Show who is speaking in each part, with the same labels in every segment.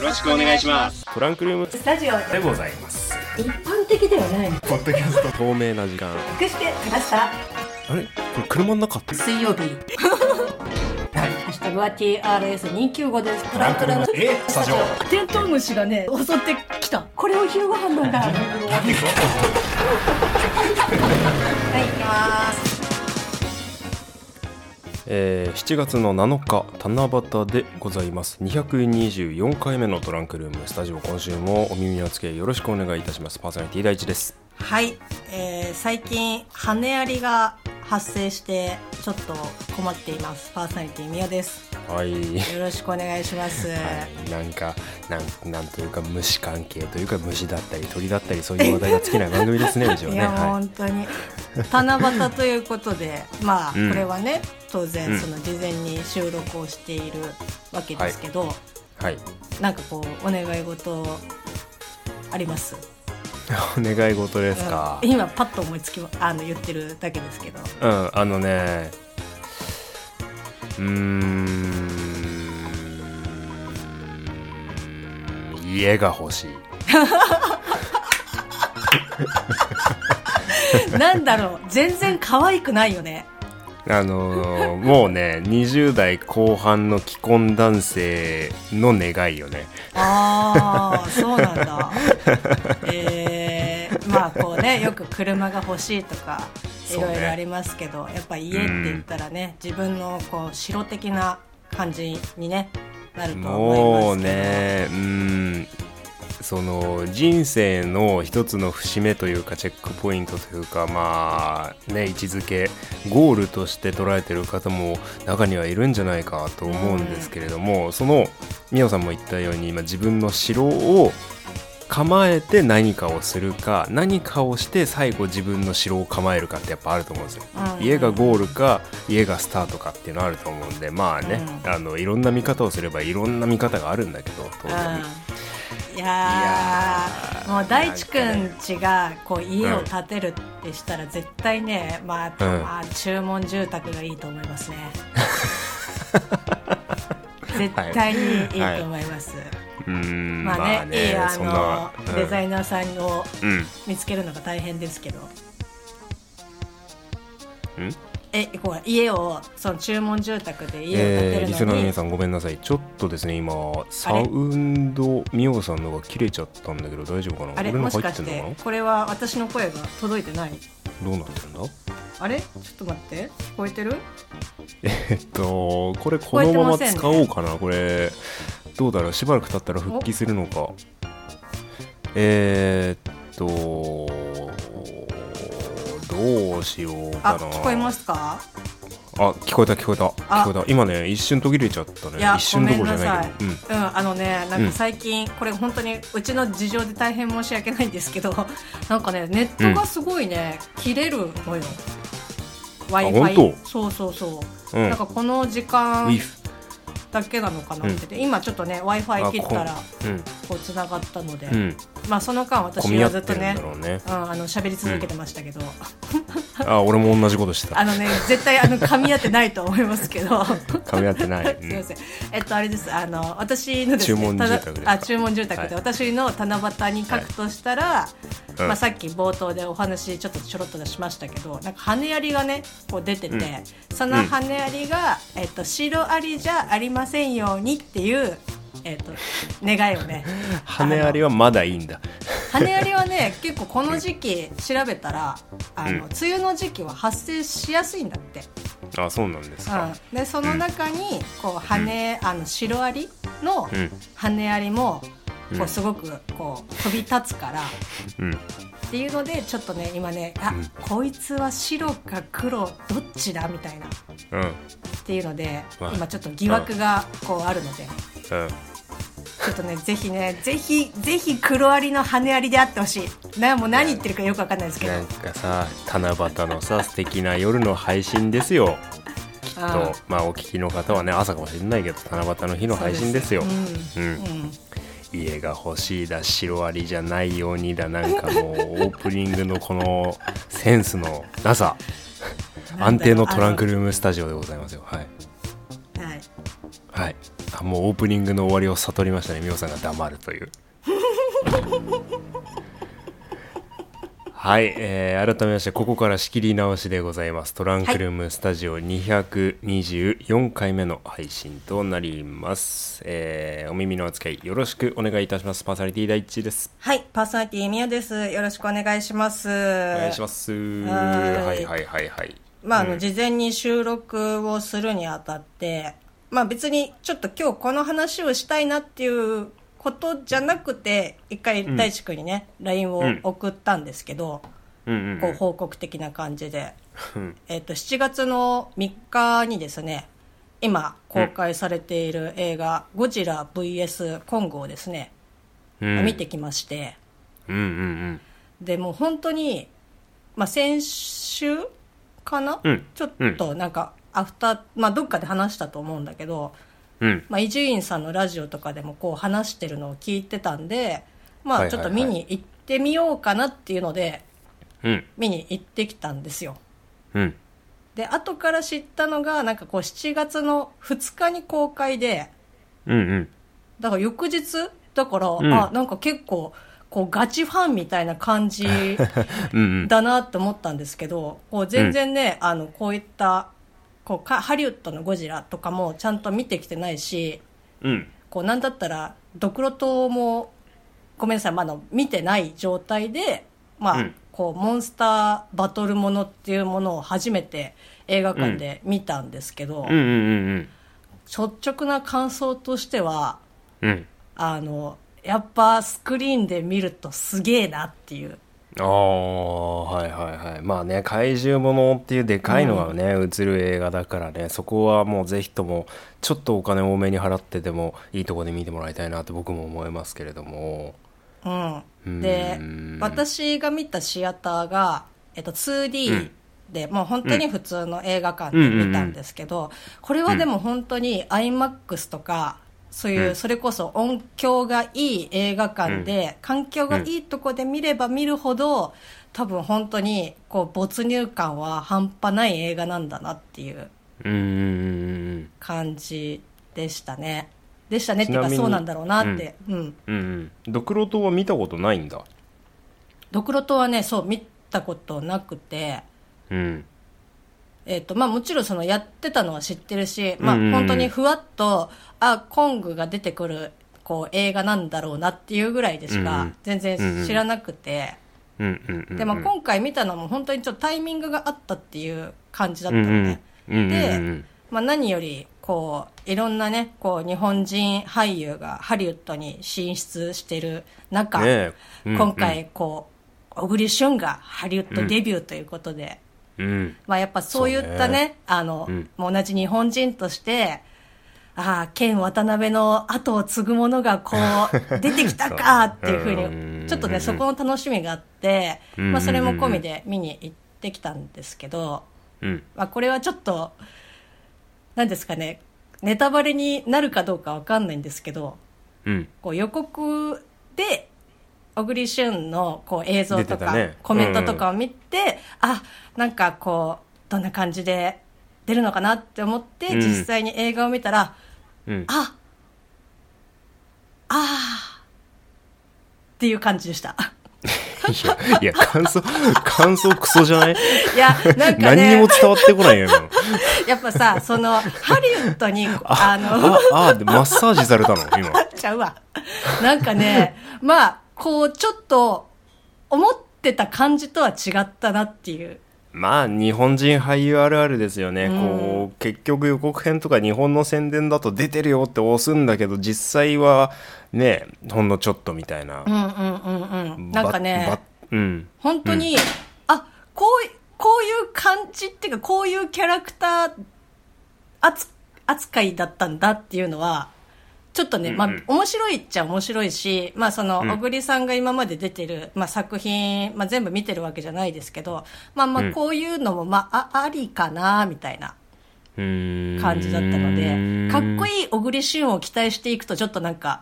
Speaker 1: ろしくお願いします
Speaker 2: トランクルーム
Speaker 3: スタジオ
Speaker 2: でございます
Speaker 3: 一般的ではない
Speaker 2: ポッドキャスト透明な時間
Speaker 3: 隠してきました
Speaker 2: あれこれ車の中って
Speaker 3: 水 曜日ハッシュタグは TRS295 ですトランクルーム
Speaker 2: えスタジオ
Speaker 4: テントウムシがね襲ってきた
Speaker 3: これを昼ご飯 なんだはい行きます
Speaker 2: えー、7月の7日七夕でございます224回目のトランクルームスタジオ今週もお耳をつけよろしくお願いいたしますパーソナリティ第一です
Speaker 3: はい、えー、最近羽アリが発生してちょっと困っていますパーソナリティみやです
Speaker 2: はい、は
Speaker 3: よろしくお願いします、
Speaker 2: い、なんかなんなんというか虫関係というか虫だったり鳥だったりそういう話題が尽きない番組ですねうちはいね
Speaker 3: や、
Speaker 2: は
Speaker 3: 本当に七夕ということでまあ、
Speaker 2: うん
Speaker 3: これはね当
Speaker 2: うん
Speaker 3: 然その事前に収録をしているわけですけど、
Speaker 2: い、はい、
Speaker 3: なんかこうお願い事あります
Speaker 2: お願い事ですか
Speaker 3: うん今パッと思いつきまあの言ってるだけですけど
Speaker 2: うん、あのねうーん家が欲しい
Speaker 3: なんだろう全然可愛くないよね
Speaker 2: あのーもうね20代後半の既婚男性の願いよね
Speaker 3: ああそうな んだえー、まあこうねよく車が欲しいとかい
Speaker 2: そうね
Speaker 3: ろいろありますけど、やっぱ家って言ったらね、自分のこう城的な感じにねなると
Speaker 2: も
Speaker 3: 思
Speaker 2: う
Speaker 3: いますけど
Speaker 2: ねうんその人生の一つの節目というかチェックポイントというかまあね位置づけゴールとして捉えてる方も中にはいるんじゃないかと思うんですけれども、その美穂さんも言ったように今自分の城を構えて何かをするか何かをして最後自分の城を構えるかってやっぱあると思うんですよ。
Speaker 3: うん
Speaker 2: 家がゴールか家がスタートかっていうのあると思うんでまあね、あのいろんな見方をすればいろんな見方があるんだけど当然、
Speaker 3: うんい
Speaker 2: い
Speaker 3: やー
Speaker 2: やー
Speaker 3: もう大地くんちがこう家を建てるってしたら絶対ね、まあ、
Speaker 2: うん
Speaker 3: あ注文住宅がいいと思い ますね絶対にいいと思います、
Speaker 2: うーん
Speaker 3: まあね,、いいあのデザイナーさんを
Speaker 2: うん、うん
Speaker 3: 見つけるのが大変ですけど
Speaker 2: ん
Speaker 3: えこう家をその注文住宅で家を建
Speaker 2: え
Speaker 3: て
Speaker 2: ー
Speaker 3: る
Speaker 2: リスナーの
Speaker 3: のに、
Speaker 2: 皆さんごめんなさいちょっとですね今サウンドミオさんのが切れちゃったんだけど大丈夫かな
Speaker 3: あれ
Speaker 2: 俺の
Speaker 3: もし
Speaker 2: 入
Speaker 3: か
Speaker 2: って
Speaker 3: し
Speaker 2: んのか
Speaker 3: て
Speaker 2: な
Speaker 3: これは私の声が届いてない
Speaker 2: どうなってるんだ
Speaker 3: あれちょっと待って聞こえてる
Speaker 2: えっとこれこ
Speaker 3: こ
Speaker 2: の
Speaker 3: えて
Speaker 2: まま
Speaker 3: ませんね
Speaker 2: 使おうかなこれどうだろうしばらく経ったら復帰するのかえーっとどうしようかな
Speaker 3: あ聞こえますか
Speaker 2: あ聞こえた聞こえた
Speaker 3: あ
Speaker 2: 聞こえた今ね一瞬途切れちゃったね
Speaker 3: いや
Speaker 2: 一瞬どころじゃないけ
Speaker 3: ご
Speaker 2: ど
Speaker 3: めんうんあのねなん
Speaker 2: うん
Speaker 3: か最近、これ本当にうちの事情で大変申し訳ないんですけど なんかねネットがすごいね、切れるのよ w i
Speaker 2: あ
Speaker 3: f
Speaker 2: 本
Speaker 3: i そうそうそう、
Speaker 2: うんうん
Speaker 3: なんかこの時間
Speaker 2: If
Speaker 3: だけなのかなってて、今ちょっとね w i f
Speaker 2: あ
Speaker 3: i 切ったら
Speaker 2: こん
Speaker 3: こうつながったので、
Speaker 2: うんうん
Speaker 3: まあその間
Speaker 2: 混
Speaker 3: 私
Speaker 2: み合
Speaker 3: は
Speaker 2: っ
Speaker 3: ずってと
Speaker 2: るんだ
Speaker 3: ね
Speaker 2: ろうね
Speaker 3: うん、あの喋り続けてましたけど、
Speaker 2: あ俺も同じことしてた
Speaker 3: あのね絶対あの噛み合ってないと思います けど
Speaker 2: 噛み合ってない
Speaker 3: すみません。えっとあれです。あの私のです
Speaker 2: 注
Speaker 3: ね。
Speaker 2: 文住宅ですか
Speaker 3: ただあ注文住宅
Speaker 2: はい
Speaker 3: で、私の七夕に書くとしたら、
Speaker 2: うん
Speaker 3: まあさっき冒頭でお話ちょっとちょろっと出しましたけど、なんか羽アリがねこう出てて、
Speaker 2: うん
Speaker 3: その羽アリが、えっと白アリじゃありませんようにっていうえっと願いをね。
Speaker 2: 羽ありはまだいいんだ
Speaker 3: 羽アリはね結構この時期調べたらあの、
Speaker 2: うん
Speaker 3: 梅雨の時期は発生しやすいんだって。
Speaker 2: あそうなんですか
Speaker 3: うん、でその中にこう羽、あのシロアリの
Speaker 2: うん
Speaker 3: 羽アリも
Speaker 2: う
Speaker 3: こ
Speaker 2: ん
Speaker 3: うすごくこう飛び立つからっ
Speaker 2: うん
Speaker 3: ていうのでちょっとね今ねあ、
Speaker 2: うん
Speaker 3: こいつは白か黒どっちだみたいなっ
Speaker 2: うんうん
Speaker 3: ていうので
Speaker 2: わ
Speaker 3: 今ちょっと疑惑がこうあるのでちょっとねぜひねぜひぜひ黒アリの羽アリであってほしいなもう何言ってるかよくわかんないですけど
Speaker 2: なんかさ七夕の さ素敵な夜の配信ですよきっと
Speaker 3: ああ
Speaker 2: まあお聞きの方はね朝かもしれないけど七夕の日の配信ですよ
Speaker 3: そう
Speaker 2: うん、家が欲しいだシロアリじゃないようにだなんかもう オープニングのこのセンスのなさ
Speaker 3: うん
Speaker 2: 安定のトランク
Speaker 3: ル
Speaker 2: ルームスタジオでございますよはい
Speaker 3: はい
Speaker 2: はいさもうオープニングの終わりを悟りましたね美穂さんが黙るというはい、えー改めましてここから仕切り直しでございますトランクルームスタジオ224回目の配信となります、えーお耳の扱いよろしくお願いいたしますパーソナリティ第一です
Speaker 3: はい、パーソナリティみやです。よろしくお願いします。お
Speaker 2: お願
Speaker 3: 願
Speaker 2: いします
Speaker 3: ーい
Speaker 2: はいはいはいはい
Speaker 3: まあ、あの、事前に収録をするにあたって、まあ別にちょっと今日この話をしたいなっていうことじゃなくて、一回
Speaker 2: ん
Speaker 3: 大地君にね、LINE を
Speaker 2: うん
Speaker 3: 送ったんですけど、
Speaker 2: うんうん
Speaker 3: こう報告的な感じで。
Speaker 2: うん
Speaker 3: えっと、7月の3日にですね、今公開されている映画、ゴジラ VS コングをですね、
Speaker 2: うん
Speaker 3: 見てきまして、
Speaker 2: うんうん
Speaker 3: でもう本当に、まあ、先週かな、
Speaker 2: うん
Speaker 3: ちょっとなんかアフター、まあ、どっかで話したと思うんだけど
Speaker 2: うんうん
Speaker 3: まあ伊集院さんのラジオとかでもこう話してるのを聞いてたんで、ま
Speaker 2: は
Speaker 3: あ、
Speaker 2: いはい
Speaker 3: ちょ
Speaker 2: は
Speaker 3: っ
Speaker 2: い
Speaker 3: と見に行ってみようかなっていうので
Speaker 2: うん
Speaker 3: 見に行ってきたんですよ
Speaker 2: うん
Speaker 3: で後から知ったのがなんかこう7月の2日に公開で
Speaker 2: うんうん
Speaker 3: だから翌日だから、
Speaker 2: ん
Speaker 3: あなんか結構こうガチファンみたいな感じ
Speaker 2: うんうん
Speaker 3: だなと思ったんですけど、こう全然ね、あの、こういった、こうか、ハリウッドのゴジラとかもちゃんと見てきてないし、
Speaker 2: うん
Speaker 3: こうなんだったら、ドクロ島も、ごめんなさい、まだ見てない状態で、まあ、
Speaker 2: うん
Speaker 3: こう、モンスターバトルものっていうものを初めて映画館で見たんですけ
Speaker 2: う
Speaker 3: ど、
Speaker 2: んうん
Speaker 3: 率直な感想としては、
Speaker 2: うんうん
Speaker 3: あの、やっぱスクリーンで見るとすげえなっていう。
Speaker 2: ああはいはいはいまあね怪獣ものっていうでかいのがね、映る映画だからねそこはもうぜひともちょっとお金多めに払ってでもいいとこで見てもらいたいなって僕も思いますけれども
Speaker 3: うん、で
Speaker 2: うん
Speaker 3: 私が見たシアターが、えっと、2D で、もう本当に普通の映画館で見たんですけど、これはでも本当に IMAX とかそういう、
Speaker 2: うん
Speaker 3: それこそ音響がいい映画館で、環境がいいとこで見れば見るほど多分本当にこう没入感は半端ない映画なんだなっていう
Speaker 2: うんうんうん
Speaker 3: 感じでしたねでしたねっていう
Speaker 2: ちな
Speaker 3: か
Speaker 2: みに
Speaker 3: そうなんだろうなって、うん、
Speaker 2: うんうんうんドクロ島は見たことないんだ
Speaker 3: ドクロ島はねそう見たことなくて
Speaker 2: うん
Speaker 3: えっとまあ、もちろんそのやってたのは知ってるし、まあ、
Speaker 2: うんうんうん
Speaker 3: 本当にふわっとあコングが出てくるこう映画なんだろうなっていうぐらいでし
Speaker 2: うんう
Speaker 3: か
Speaker 2: ん
Speaker 3: 全然知らなくて、
Speaker 2: うんうんうんうん
Speaker 3: でまあ、今回見たのも本当にちょっとタイミングがあったっていう感じだったのね、
Speaker 2: うんうんうんうん
Speaker 3: で
Speaker 2: うんうん
Speaker 3: まあ、何よりこういろんな、ね、こう日本人俳優がハリウッドに進出してる中、
Speaker 2: ねえうん
Speaker 3: 今回こう小栗旬がハリウッドデビューということで。
Speaker 2: うん
Speaker 3: まあやっぱそういっ
Speaker 2: そ
Speaker 3: た
Speaker 2: う
Speaker 3: ね、
Speaker 2: ね
Speaker 3: あの、
Speaker 2: うん
Speaker 3: もう同じ日本人として、ああ、ケン渡辺の後を継ぐものがこ う、出てきたかっていうふ
Speaker 2: そう
Speaker 3: う
Speaker 2: ね
Speaker 3: に、ちょっとね、そこの楽しみがあって、
Speaker 2: うん
Speaker 3: まあそれも込みで見に行ってきたんですけど、
Speaker 2: うん
Speaker 3: まあこれはちょっと、なんですかね、ネタバレになるかどうかわかんないんですけど、
Speaker 2: うん
Speaker 3: こう予告で小栗旬のこう映像
Speaker 2: 出
Speaker 3: と
Speaker 2: てた
Speaker 3: か、
Speaker 2: ね
Speaker 3: コメントとかを見て、あなんかこうどんな感じで出るのかなって思って、
Speaker 2: うん
Speaker 3: 実際に映画を見たら
Speaker 2: うん
Speaker 3: あああっていう感じ でした。
Speaker 2: いや、いや、感想、感想クソじゃない
Speaker 3: いや、なんか
Speaker 2: 何に
Speaker 3: ね
Speaker 2: も、伝わってこないよ、今の。
Speaker 3: やっぱさ、その、ハリウッドに、あの、
Speaker 2: あ、あ、でマッサージされた の、今。
Speaker 3: ちゃうわ。なんかね、まあ、こう、ちょっと、思ってた感じとは違ったなっていう。
Speaker 2: まあ、日本人俳優あるあるですよね。
Speaker 3: うん
Speaker 2: こう、結局予告編とか日本の宣伝だと出てるよって押すんだけど、実際は、ね、ほんのちょっとみたいな
Speaker 3: う。んうんうんうん。なんか
Speaker 2: ば
Speaker 3: ね、、
Speaker 2: ばうん。
Speaker 3: 本当に、あ、こう、こういう感じっていうか、こういうキャラクター扱扱いだったんだっていうのは、ちょっとね、まあ
Speaker 2: うんうん、
Speaker 3: 面白いっちゃ面白いし、まあ、その、
Speaker 2: うん
Speaker 3: 小栗さんが今まで出てる、まあ、作品、まあ、全部見てるわけじゃないですけど、まあま
Speaker 2: う
Speaker 3: あ、
Speaker 2: ん
Speaker 3: こういうのも、まあ、あありかな、みたいな。
Speaker 2: うーん
Speaker 3: 感じだったので、かっこいい小栗旬を期待していくと、ちょっとなんか、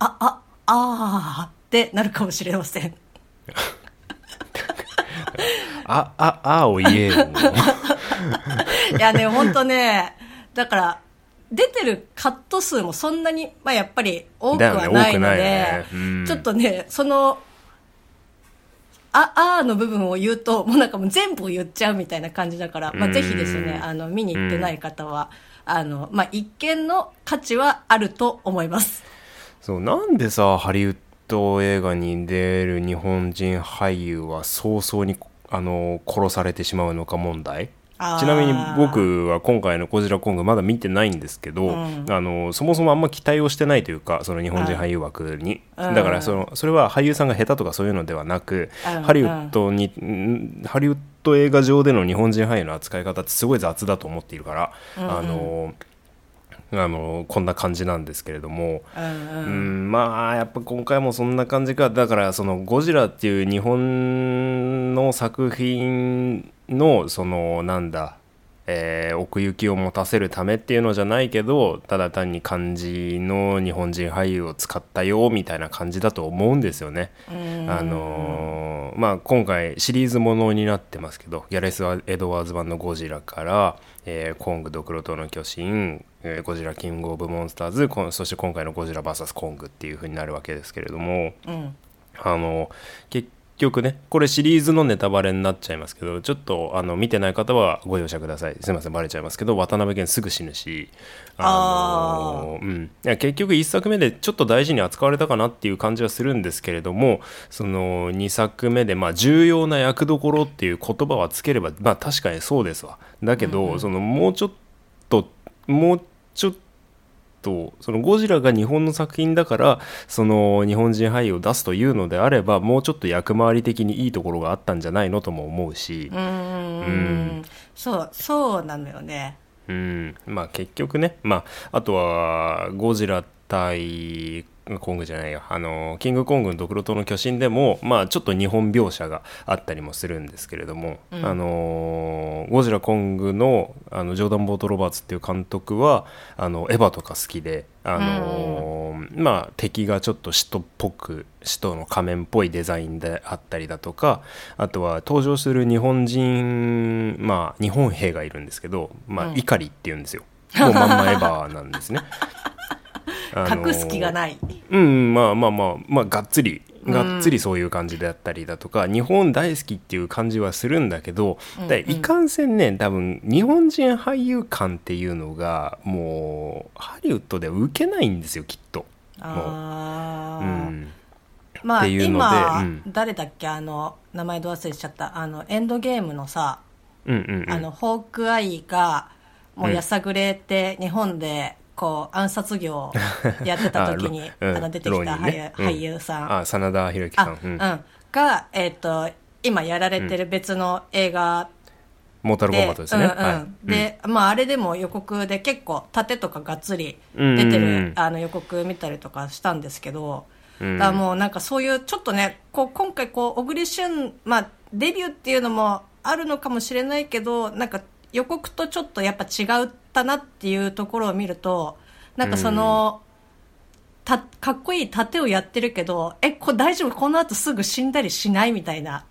Speaker 3: あ、あ、あーってなるかもしれません。
Speaker 2: あ、あ、あを言えよ。
Speaker 3: いやね、ほんとね、だから、出てるカット数もそんなに、まあ、やっぱり多く
Speaker 2: だよね
Speaker 3: はない
Speaker 2: 多く
Speaker 3: ので、
Speaker 2: ないよねうん
Speaker 3: ちょっとねそのああーの部分を言うともうなんかもう全部を言っちゃうみたいな感じだから、ま
Speaker 2: う
Speaker 3: あ、
Speaker 2: ん
Speaker 3: ぜひですねあの見に行ってない方は、あのまあ、一見の価値はあると思います。
Speaker 2: そうなんでさハリウッド映画に出る日本人俳優は早々にあの殺されてしまうのか問題
Speaker 3: あー
Speaker 2: ちなみに僕は今回の「ゴジラコング」まだ見てないんですけど、
Speaker 3: ん
Speaker 2: あのそもそもあんま期待をしてないというかその日本人俳優枠に、
Speaker 3: うん
Speaker 2: だからそのそれは俳優さんが下手とかそういうのではなく、
Speaker 3: うん
Speaker 2: ハリウッドに、んハリウッド映画上での日本人俳優の扱い方ってすごい雑だと思っているから、あのあのこんな感じなんですけれども、
Speaker 3: うんうん
Speaker 2: うん、まあやっぱ今回もそんな感じかだからその「ゴジラ」っていう日本の作品のそのなんだ、えー奥行きを持たせるためっていうのじゃないけどただ単に漢字の日本人俳優を使ったよみたいな感じだと思うんですよね。あのーまあ、今回シリーズものになってますけどギャレス・エドワーズ版の「ゴジラ」から「えーコングドクロ島の巨神」えーゴジラキングオブモンスターズ」こんそして今回の「ゴジラ VS コング」っていう風になるわけですけれども、
Speaker 3: ん
Speaker 2: あの結局ねこれシリーズのネタバレになっちゃいますけどちょっとあの見てない方はご容赦くださいすいませんバレちゃいますけど渡辺謙すぐ死ぬしあのうん、いや結局1作目でちょっと大事に扱われたかなっていう感じはするんですけれどもその2作目で、まあ、重要な役どころっていう言葉はつければ、まあ、確かにそうですわだけど、そのもうちょっともうちょっととそのゴジラが日本の作品だからその日本人俳優を出すというのであればもうちょっと役回り的にいいところがあったんじゃないのとも思うし、
Speaker 3: うーんそうそうなのよね
Speaker 2: うんまあ結局ね、まあ、あとはゴジラ対コングじゃないよあのキングコングのドクロ島の巨神でも、まあ、ちょっと日本描写があったりもするんですけれども、あのゴジラコングのあのジョーダン・ボート・ロバーツっていう監督はあのエヴァとか好きで、あのまあ、敵がちょっと使徒っぽく使徒の仮面っぽいデザインであったりだとかあとは登場する日本人、まあ、日本兵がいるんですけど、まあ、怒りっていうんですよ。もうまんまエヴァなんです ね。あの
Speaker 3: 隠す気がない、
Speaker 2: うんうん、まあまあまあまあがっつりがっつりそういう感じであったりだとか、日本大好きっていう感じはするんだけど、でいかんせんね多分日本人俳優感っていうのがもうハリウッドでは受けないんですよきっと。も
Speaker 3: あ
Speaker 2: うう
Speaker 3: あ、
Speaker 2: ん、っ
Speaker 3: まあ
Speaker 2: ていうので
Speaker 3: 今、
Speaker 2: うん
Speaker 3: 誰だっけあの名前ど忘れしちゃったあのエンドゲームのさ、
Speaker 2: うんうんうん
Speaker 3: あのホークアイがもうやさぐれて日本でこう暗殺業をやってた時に
Speaker 2: あ
Speaker 3: あ、
Speaker 2: ロ
Speaker 3: の出てきた
Speaker 2: ローニン
Speaker 3: 俳優,、
Speaker 2: ねうん
Speaker 3: 俳優さん
Speaker 2: あ真田広之
Speaker 3: あ
Speaker 2: さん、
Speaker 3: う
Speaker 2: うんん、
Speaker 3: が、えっと今やられてる別の映画、
Speaker 2: モータルコンバットですね。
Speaker 3: うんうん
Speaker 2: はい
Speaker 3: でまあ、あれでも予告で結構盾とかがっつり出て
Speaker 2: う
Speaker 3: る、
Speaker 2: んうんうん
Speaker 3: あの予告見たりとかしたんですけど、
Speaker 2: うん
Speaker 3: だからもうなんかそういうちょっとねこう今回こう小栗旬、まあ、デビューっていうのもあるのかもしれないけどなんか予告とちょっとやっぱ違ったなっていうところを見るとなんかその。たかっこいい盾をやってるけどえこれ大丈夫この後すぐ死んだりしないみた いな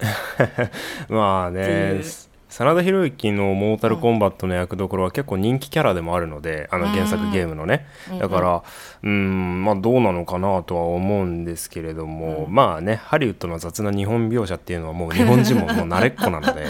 Speaker 2: まあ
Speaker 3: ってい
Speaker 2: ね
Speaker 3: う
Speaker 2: 真田広之の「モータルコンバット」の役どころは結構人気キャラでもあるので、あの原作ゲームのね、だからうんまあどうなのかなとは思うんですけれども、まあねハリウッドの雑な日本描写っていうのはもう日本人ももう慣れっこなので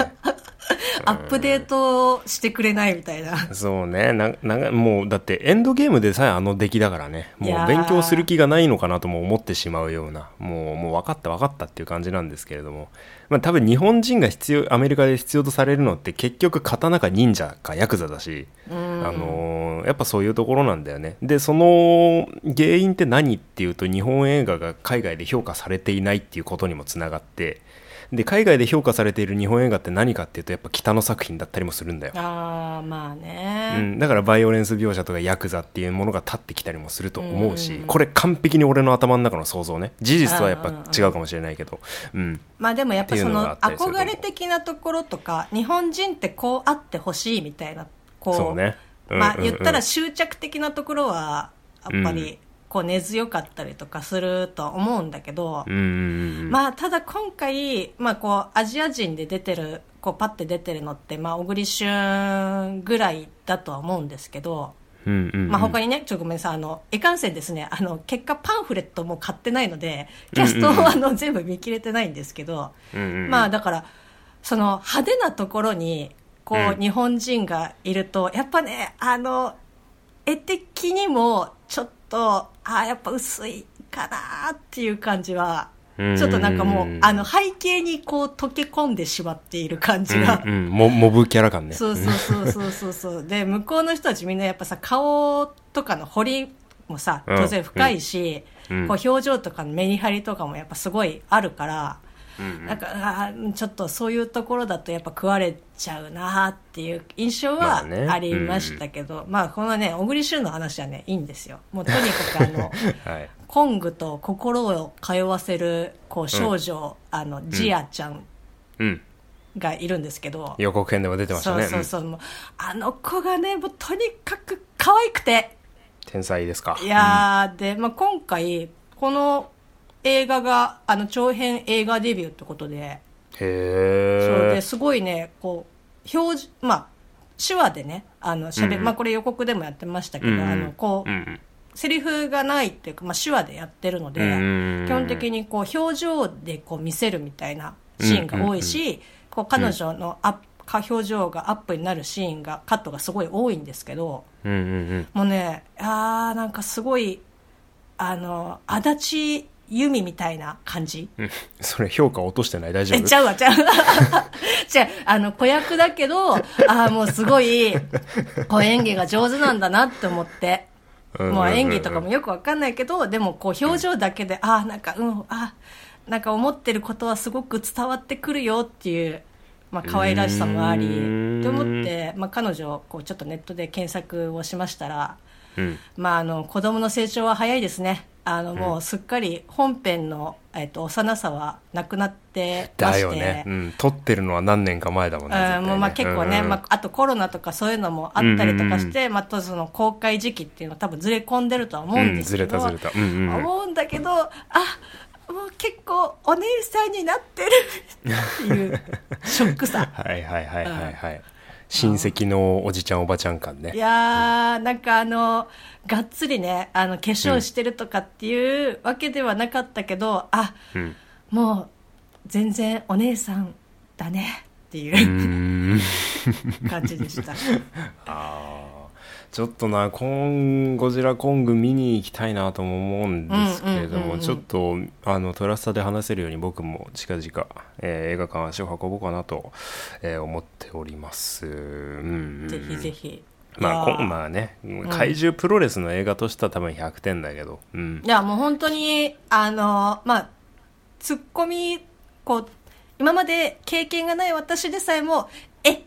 Speaker 3: アップデートをしてくれないみたいな
Speaker 2: そうねななんかもうだってエンドゲームでさえあの出来だからねも
Speaker 3: いうやー
Speaker 2: 勉強する気がないのかなとも思ってしまうようなもうもう分かった分かったっていう感じなんですけれども、まあ、多分日本人が必要アメリカで必要とされるのって結局刀か忍者かヤクザだし、あのーやっぱそういうところなんだよねでその原因って何っていうと日本映画が海外で評価されていないっていうことにもつながってで海外で評価されている日本映画って何かっていうとやっぱ北の作品だったりもするんだよ。
Speaker 3: ああまあ
Speaker 2: う
Speaker 3: ね、
Speaker 2: ん、だからバイオレンス描写とかヤクザっていうものが立ってきたりもすると思うし、これ完璧に俺の頭の中の想像ね事実とはやっぱ違うかもしれないけど、うん、
Speaker 3: まあでもやっぱそ
Speaker 2: っていうのがあ
Speaker 3: の
Speaker 2: ったりすると
Speaker 3: 憧れ的なところとか日本人ってこうあってほしいみたいなこう
Speaker 2: そうねうん
Speaker 3: まあ
Speaker 2: うんうん
Speaker 3: 言ったら執着的なところはやっぱりこう根強かったりとかすると思うんだけど、
Speaker 2: うんうん
Speaker 3: まあただ今回、まあ、こうアジア人で出てるこうパッて出てるのって、まあ、小栗旬ぐらいだとは思うんですけど、
Speaker 2: うんうんうんうん
Speaker 3: まあ、他にね、ちょっとごめんなさい、あの、いかんせんですね、あの、結果パンフレットも買ってないので、キャスト
Speaker 2: うんうんうん
Speaker 3: をあの、全部見切れてないんですけど、
Speaker 2: うんうん
Speaker 3: まあ、だから、その派手なところに、こう、
Speaker 2: うん
Speaker 3: 日本人がいると、やっぱね、あの、絵的にも、ちょっと、ああ、やっぱ薄いかなっていう感じは、ちょっとなんかもう、あの、背景にこう、溶け込んでしまっている感じが、
Speaker 2: うんうん、モモブキャラ感ね
Speaker 3: そうそうそうそうそうそうで向こうの人たちみんなやっぱさ顔とかの彫りもさ
Speaker 2: うん
Speaker 3: 当然深いし、
Speaker 2: うん
Speaker 3: こう表情とかのメリハリとかもやっぱすごいあるから、なんかあーちょっとそういうところだとやっぱ食われちゃうなっていう印象
Speaker 2: まあ
Speaker 3: は
Speaker 2: ね
Speaker 3: ありましたけど、まあこのね小栗旬の話はねいいんですよもうとにかくあ の
Speaker 2: はい
Speaker 3: コングと心を通わせるこう少女、あのジアちゃん
Speaker 2: うん、
Speaker 3: がいるんですけど、
Speaker 2: 予告編でも出てましたね
Speaker 3: そううんそうそう、もうあの子がねもうとにかく可愛くて
Speaker 2: 天才ですか
Speaker 3: いやー、で、まあ、今回この映画があの長編映画デビューってことで、
Speaker 2: へ
Speaker 3: そう
Speaker 2: え
Speaker 3: ですごいねこう表示まあ手話でねあのしゃべ、
Speaker 2: うんうん
Speaker 3: まあ、これ予告でもやってましたけど、
Speaker 2: うんうん
Speaker 3: あのこう、
Speaker 2: うん
Speaker 3: セリフがないっていうか、まあ、手話でやってるので、
Speaker 2: うん
Speaker 3: 基本的にこう表情でこう見せるみたいなシーンが多いし、こう彼女のアップか表情がアップになるシーンがカットがすごい多いんですけど
Speaker 2: うんうんうん
Speaker 3: もうねあーなんかすごいあの足立由美みたいな感じ
Speaker 2: うん それ評価落としてない大丈
Speaker 3: え、
Speaker 2: 夫
Speaker 3: ちゃうわ、ち ゃうわ。じゃあ、あの、子役だけど、ああ、もうすごい、こう演技が上手なんだなって思って。
Speaker 2: うんうん
Speaker 3: も
Speaker 2: うん
Speaker 3: う
Speaker 2: うん
Speaker 3: 演技とかもよくわかんないけど、でもこう表情だけで、ああ、なんか、うん、ああ、なんか思ってることはすごく伝わってくるよっていう、まあ可愛らしさもあり、
Speaker 2: うーん
Speaker 3: って思って、まあ彼女をこうちょっとネットで検索をしましたら、
Speaker 2: うん
Speaker 3: まあ、あの子供の成長は早いですね。あのもうすっかり本編の、えっと幼さはなくなってま
Speaker 2: だ
Speaker 3: して、
Speaker 2: よね、うん、撮ってるのは何年か前だもんね絶対
Speaker 3: うん、
Speaker 2: ね
Speaker 3: もうまあ結構ね、
Speaker 2: うんうん
Speaker 3: まあ、あとコロナとかそういうのもあったりとか
Speaker 2: うん
Speaker 3: し
Speaker 2: う
Speaker 3: て、またその公開時期っていうのは多分ずれ込んでるとは思うんですけど、
Speaker 2: うんずれたずれたうんうんうん
Speaker 3: 思うんだけどあもう結構お姉さんになってるっていうショッ クさ
Speaker 2: はいはいはいはいはい親戚のおじちゃんおばちゃん感ね
Speaker 3: いやー、なんかあの、がっつりね、あの、化粧してるとかっていうわけではなかったけど、あ、
Speaker 2: うん
Speaker 3: もう、全然お姉さんだねっていうう
Speaker 2: ーん
Speaker 3: 感じでした。
Speaker 2: あーちょっとなコンゴジラコング見に行きたいなとも思うんですけれども、
Speaker 3: うんうんうんうん
Speaker 2: ちょっとあのトラスタで話せるように僕も近々、えー映画館足を運ぼうかなと、えー思っております。うんうん
Speaker 3: ぜひぜひ。
Speaker 2: まあ、
Speaker 3: いやー
Speaker 2: こんまあね怪獣プロレスの映画としては多分100点だけど、うん
Speaker 3: いや、もう本当に、あの、まあ、ツッコミ、こう、今まで経験がない私でさえも、え、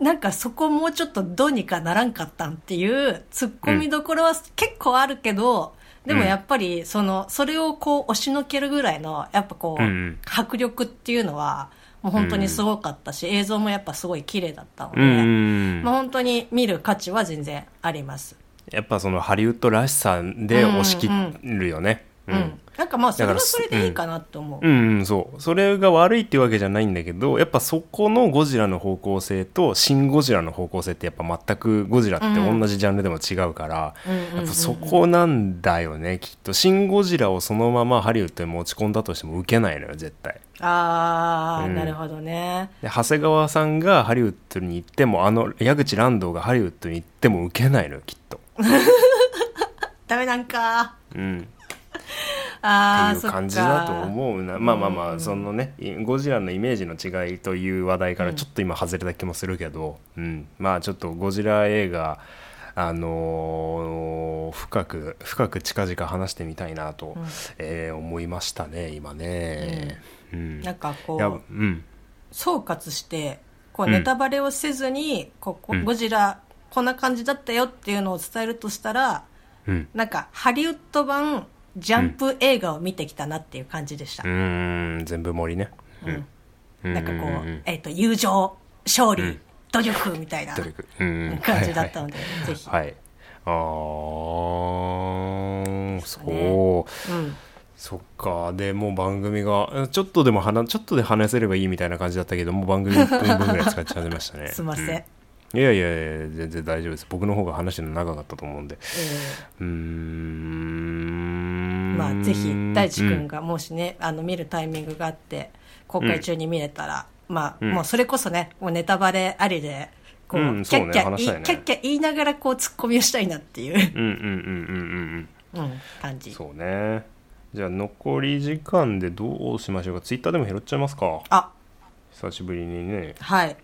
Speaker 3: なんかそこもうちょっとどうにかならんかったんっていうツッコミどころは結構あるけど、でもやっぱり、その、それをこう押しのけるぐらいの、やっぱこう、
Speaker 2: うんうん
Speaker 3: 迫力っていうのは、もう本当にすごかったし、映像もやっぱすごい綺麗だったので、
Speaker 2: うん
Speaker 3: まあ本当に見る価値は全然あります。
Speaker 2: やっぱそのハリウッドらしさで押し切るよね。
Speaker 3: うん。なんかまあ、それはそれでいい
Speaker 2: だか
Speaker 3: かなと思う。
Speaker 2: うんうん、そうそれが悪いっていうわけじゃないんだけどやっぱそこのゴジラの方向性とシン・ゴジラの方向性ってやっぱ全くゴジラって同じジャンルでも違うから、
Speaker 3: うんうんうんうん
Speaker 2: やっぱそこなんだよねきっとシン・ゴジラをそのままハリウッドに持ち込んだとしても受けないのよ絶対
Speaker 3: ああ、
Speaker 2: うん
Speaker 3: なるほどね。
Speaker 2: で長谷川さんがハリウッドに行ってもあの矢口蘭道がハリウッドに行っても受けないのよきっと、
Speaker 3: ダメなんか。
Speaker 2: うん、
Speaker 3: あ
Speaker 2: ってい
Speaker 3: あ、
Speaker 2: う
Speaker 3: そっか
Speaker 2: 感じだと思うなまあまあまあそのねいゴジラのイメージの違いという話題からちょっと今外れた気もするけど、うんまあちょっとゴジラ映画あのー深く深く近々話してみたいなと、えー思いましたね今ね。うん
Speaker 3: なんかこ
Speaker 2: いや
Speaker 3: う、
Speaker 2: うん
Speaker 3: 総括して、こう
Speaker 2: うん
Speaker 3: ネタバレをせずに、こうこ
Speaker 2: うん
Speaker 3: ゴジラ、こんな感じだったよっていうのを伝えるとしたら、
Speaker 2: うん
Speaker 3: なんかハリウッド版ジャンプ映画を見てきたなっていう感じでした。
Speaker 2: うーん全部盛りね。うんう
Speaker 3: なんかこう、
Speaker 2: んん
Speaker 3: えっ、と、友情、勝利、
Speaker 2: うん
Speaker 3: 努力みたいな
Speaker 2: 努力うんうん
Speaker 3: 感じだった
Speaker 2: はいはい
Speaker 3: ので、ぜひ。
Speaker 2: はい。あー
Speaker 3: す
Speaker 2: そ
Speaker 3: か
Speaker 2: う、
Speaker 3: ねうん
Speaker 2: そっかでもう番組がえちょっとでも話ちょっとで話せればいいみたいな感じだったけどもう番組1分分ぐらい使っちゃいましたね
Speaker 3: すいません。
Speaker 2: いやいやいや全然大丈夫です僕の方が話の長かったと思うんで
Speaker 3: え
Speaker 2: うー
Speaker 3: ー
Speaker 2: ん
Speaker 3: まあ、ぜひ大地君がもしね、あの見るタイミングがあって公開中に見れたら、まあ、
Speaker 2: うん
Speaker 3: もうそれこそねもうネタバレありでこう、
Speaker 2: うん
Speaker 3: キ
Speaker 2: そう
Speaker 3: ャ
Speaker 2: ね
Speaker 3: ッキャ,、
Speaker 2: 話したいね
Speaker 3: キャッキャ言いながらこうツッコミをしたいなっていう、
Speaker 2: うんうんうんうんうん
Speaker 3: うん、感
Speaker 2: うん
Speaker 3: じ
Speaker 2: そうねじゃあ残り時間でどうしましょうかツイッターでも拾っちゃいますか
Speaker 3: あ
Speaker 2: 久しぶりにね
Speaker 3: はい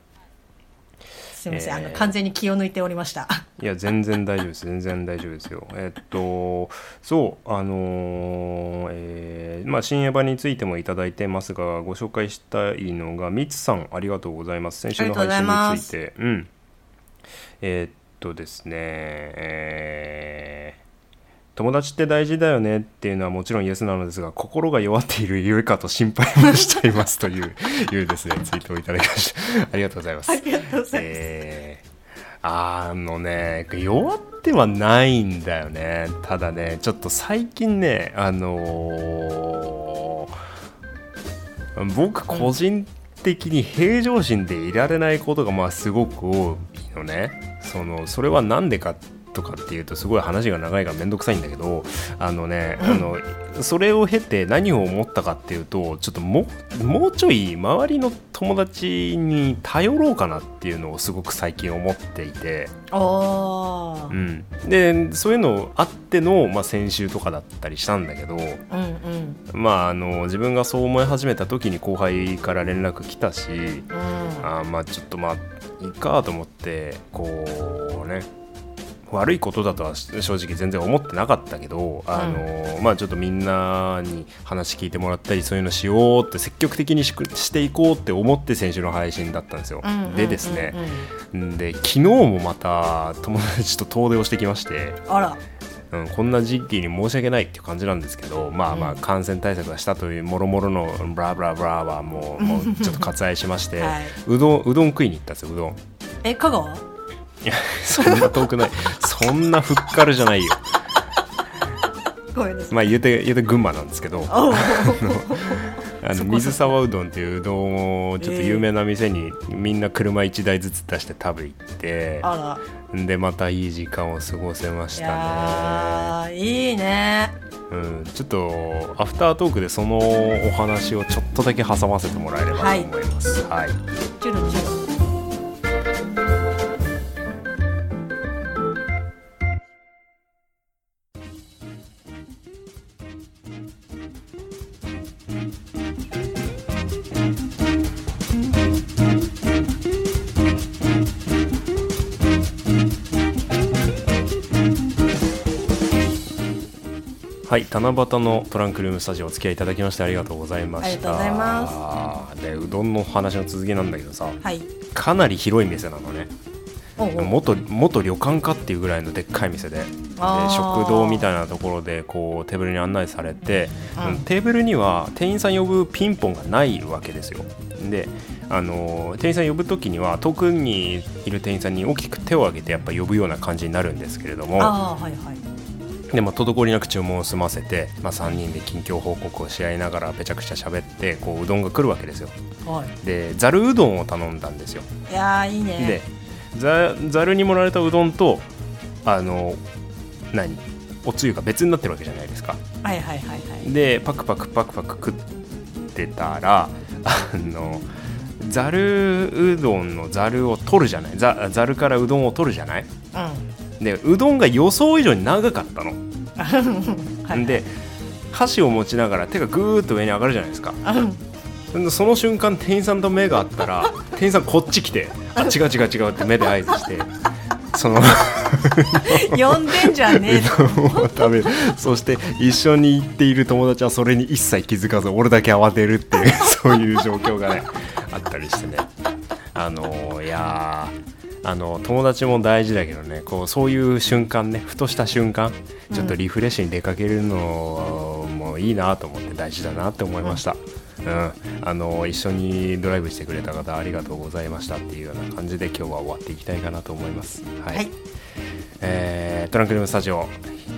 Speaker 3: すみません、
Speaker 2: えー
Speaker 3: あの完全に気を抜いておりました
Speaker 2: いや全然大丈夫です全然大丈夫ですよえっとそうあのーえーまあ新エヴァについてもいただいてますがご紹介したいのがみつさんありがとうございます先週の配信についてうんえーっとですねえー友達って大事だよねっていうのはもちろんイエスなのですが心が弱っているゆえかと心配もしていますといういうですねツイートをいただきましたありがとうございます
Speaker 3: ありがとうございます、
Speaker 2: えーあのね弱ってはないんだよねただねちょっと最近ねあのー僕個人的に平常心でいられないことがまあすごく多いのねそのそれは何でかとかっていうとすごい話が長いから面倒くさいんだけどあのねあのそれを経て何を思ったかっていうとちょっとももうちょい周りの友達に頼ろうかなっていうのをすごく最近思っていて、
Speaker 3: おー
Speaker 2: うん、でそういうのあっての、まあ、先週とかだったりしたんだけど、
Speaker 3: うんうん
Speaker 2: まあ、あの自分がそう思い始めた時に後輩から連絡来たし
Speaker 3: うん
Speaker 2: あーまあちょっとまあいいかと思ってこうね悪いことだとは正直全然思ってなかったけど、あのまあ、ちょっとみんなに話聞いてもらったりそういうのしようって積極的にしくしていこうって思って先週の配信だったんですよ。
Speaker 3: うんうん
Speaker 2: でですね
Speaker 3: うん、
Speaker 2: で昨日もまた友達と遠出をしてきまして。
Speaker 3: あら
Speaker 2: うん、こんな時期に申し訳ないっていう感じなんですけど、まあまあ
Speaker 3: うん
Speaker 2: 感染対策はしたというもろもろのブラブラブラはもうも うちょっと割愛しまして、
Speaker 3: はいう
Speaker 2: どんうどん食いに行ったんですようどん
Speaker 3: え香川
Speaker 2: いやそんな遠くないそんなふっかるじゃないよ
Speaker 3: ごめんなさい、
Speaker 2: まあ言うて言うて群馬なんですけど
Speaker 3: おう
Speaker 2: あ
Speaker 3: そ
Speaker 2: の
Speaker 3: こ
Speaker 2: 水沢うどんっていううどんをちょっと有名な店にみんな車1台ずつ出して食べ行って、
Speaker 3: あ
Speaker 2: でまたいい時間を過ごせま
Speaker 3: ら
Speaker 2: し
Speaker 3: い
Speaker 2: たね
Speaker 3: やーいいね
Speaker 2: うん、ちょっとアフタートークでそのお話をちょっとだけ挟ませてもらえればと思います。はい、
Speaker 3: チュルチュル
Speaker 2: はい、七夕のトランクルームスタジオお付き合いいただきましてありがとうございました。
Speaker 3: ありがとうござい
Speaker 2: ます。で、うどんのお話の続きなんだけどさ、
Speaker 3: はい。
Speaker 2: かなり広い店なのね。
Speaker 3: おうおう
Speaker 2: 元元旅館かっていうぐらいのでっかい店でで
Speaker 3: あー
Speaker 2: 食堂みたいなところでこうテーブルに案内されて、
Speaker 3: うん
Speaker 2: うんテーブルには店員さん呼ぶピンポンがないわけですよで、あのー店員さん呼ぶ時には遠くにいる店員さんに大きく手を挙げてやっぱ呼ぶような感じになるんですけれども
Speaker 3: ああ、はいはい。
Speaker 2: で、まあ、滞りなく注文を済ませて、まあ、3人で近況報告をし合いながらべちゃくちゃ喋ってこううどんが来るわけですよ
Speaker 3: は
Speaker 2: でざるうどんを頼んだんですよ
Speaker 3: い。いやー、いいね。
Speaker 2: でざざるに盛られたうどんとあの何おつゆが別になってるわけじゃないですか
Speaker 3: はいはいはいはい。
Speaker 2: でパクパクパクパク食ってたらあのざるうどんのざるを取るじゃないざざるからうどんを取るじゃないでうどんが予想以上に長かったの、
Speaker 3: うん。はい、
Speaker 2: で箸を持ちながら手がぐーっと上に上がるじゃないですか
Speaker 3: うん。
Speaker 2: その瞬間店員さんと目が合ったら店員さんこっち来て「あ違う違う違う」って目で合図してその
Speaker 3: 呼んでんじゃねえ の。
Speaker 2: もう食べるそして一緒に行っている友達はそれに一切気づかず俺だけ慌てるっていう そういう状況がねあったりしてねあのいやーあの友達も大事だけどねこうそういう瞬間ねふとした瞬間ちょっとリフレッシュに出かけるのもいいなと思って大事だなって思いました。うん、あの一緒にドライブしてくれた方ありがとうございましたっていうような感じで今日は終わっていきたいかなと思います。はい
Speaker 3: はい。
Speaker 2: えートランクルームスタジオ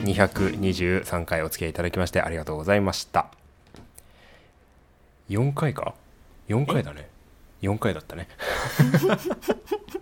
Speaker 2: 223回お付き合いいただきましてありがとうございました4回か4回だね4回だったね